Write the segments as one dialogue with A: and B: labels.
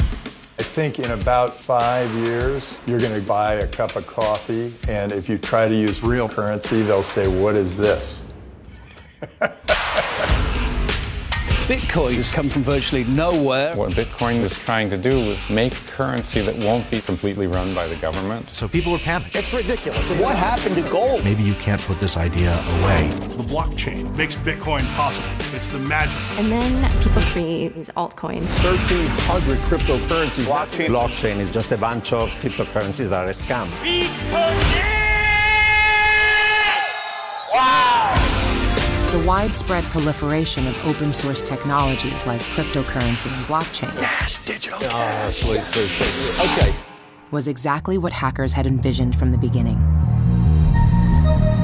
A: I think in about five years, you're going to buy a cup of coffee, and if you try to use real currency, they'll say, What is this?
B: Bitcoin has come from virtually nowhere.
C: What Bitcoin was trying to do was make currency that won't be completely run by the government.
D: So people were panicking.
E: It's ridiculous.
B: What happened to gold?
D: Maybe you can't put this idea away.
F: The blockchain makes Bitcoin possible. It's the magic.
G: And then people create these altcoins.
E: 1,300 cryptocurrencies.
H: Blockchain.
E: Blockchain is just a bunch of cryptocurrencies that are a scam.
I: The widespread proliferation of open source technologies like cryptocurrency and blockchain was exactly what hackers had envisioned from the beginning.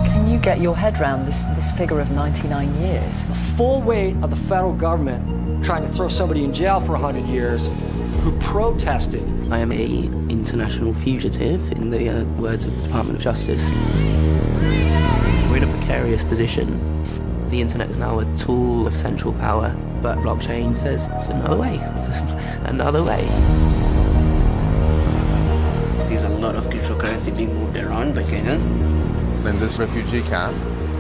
J: Can you get your head round this, this figure of 99 years?
K: The full weight of the federal government trying to throw somebody in jail for 100 years who protested.
L: I am a international fugitive, in the uh, words of the Department of Justice. We're in a precarious position. The internet is now a tool of central power, but blockchain says there's another way. There's another way. There's a lot of cryptocurrency being moved around by Kenyans.
H: In this refugee camp,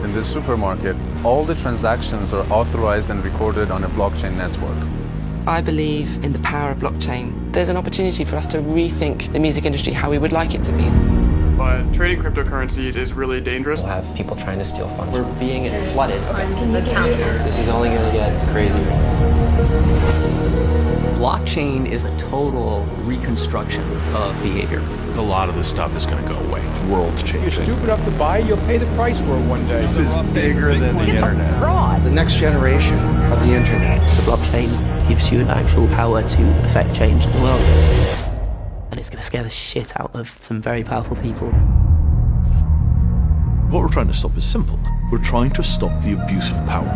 H: in this supermarket, all the transactions are authorized and recorded on a blockchain network.
M: I believe in the power of blockchain. There's an opportunity for us to rethink the music industry how we would like it to be.
N: But trading cryptocurrencies is really dangerous.
L: We'll have people trying to steal funds. We're being
G: There's
L: flooded.
G: funds in the accounts.
L: This is only going to get crazier.
K: Blockchain is a total reconstruction of behavior.
D: A lot of this stuff is going to go away. It's world changing.
N: Stupid enough to buy, you'll pay the price for it one day.
A: This is bigger than the
G: It's a
A: internet.
G: fraud.
E: The next generation of the internet.
L: The blockchain gives you an actual power to affect change in the world. And it's going to scare the shit out of some very powerful people.
F: What we're trying to stop is simple. We're trying to stop the abuse of power.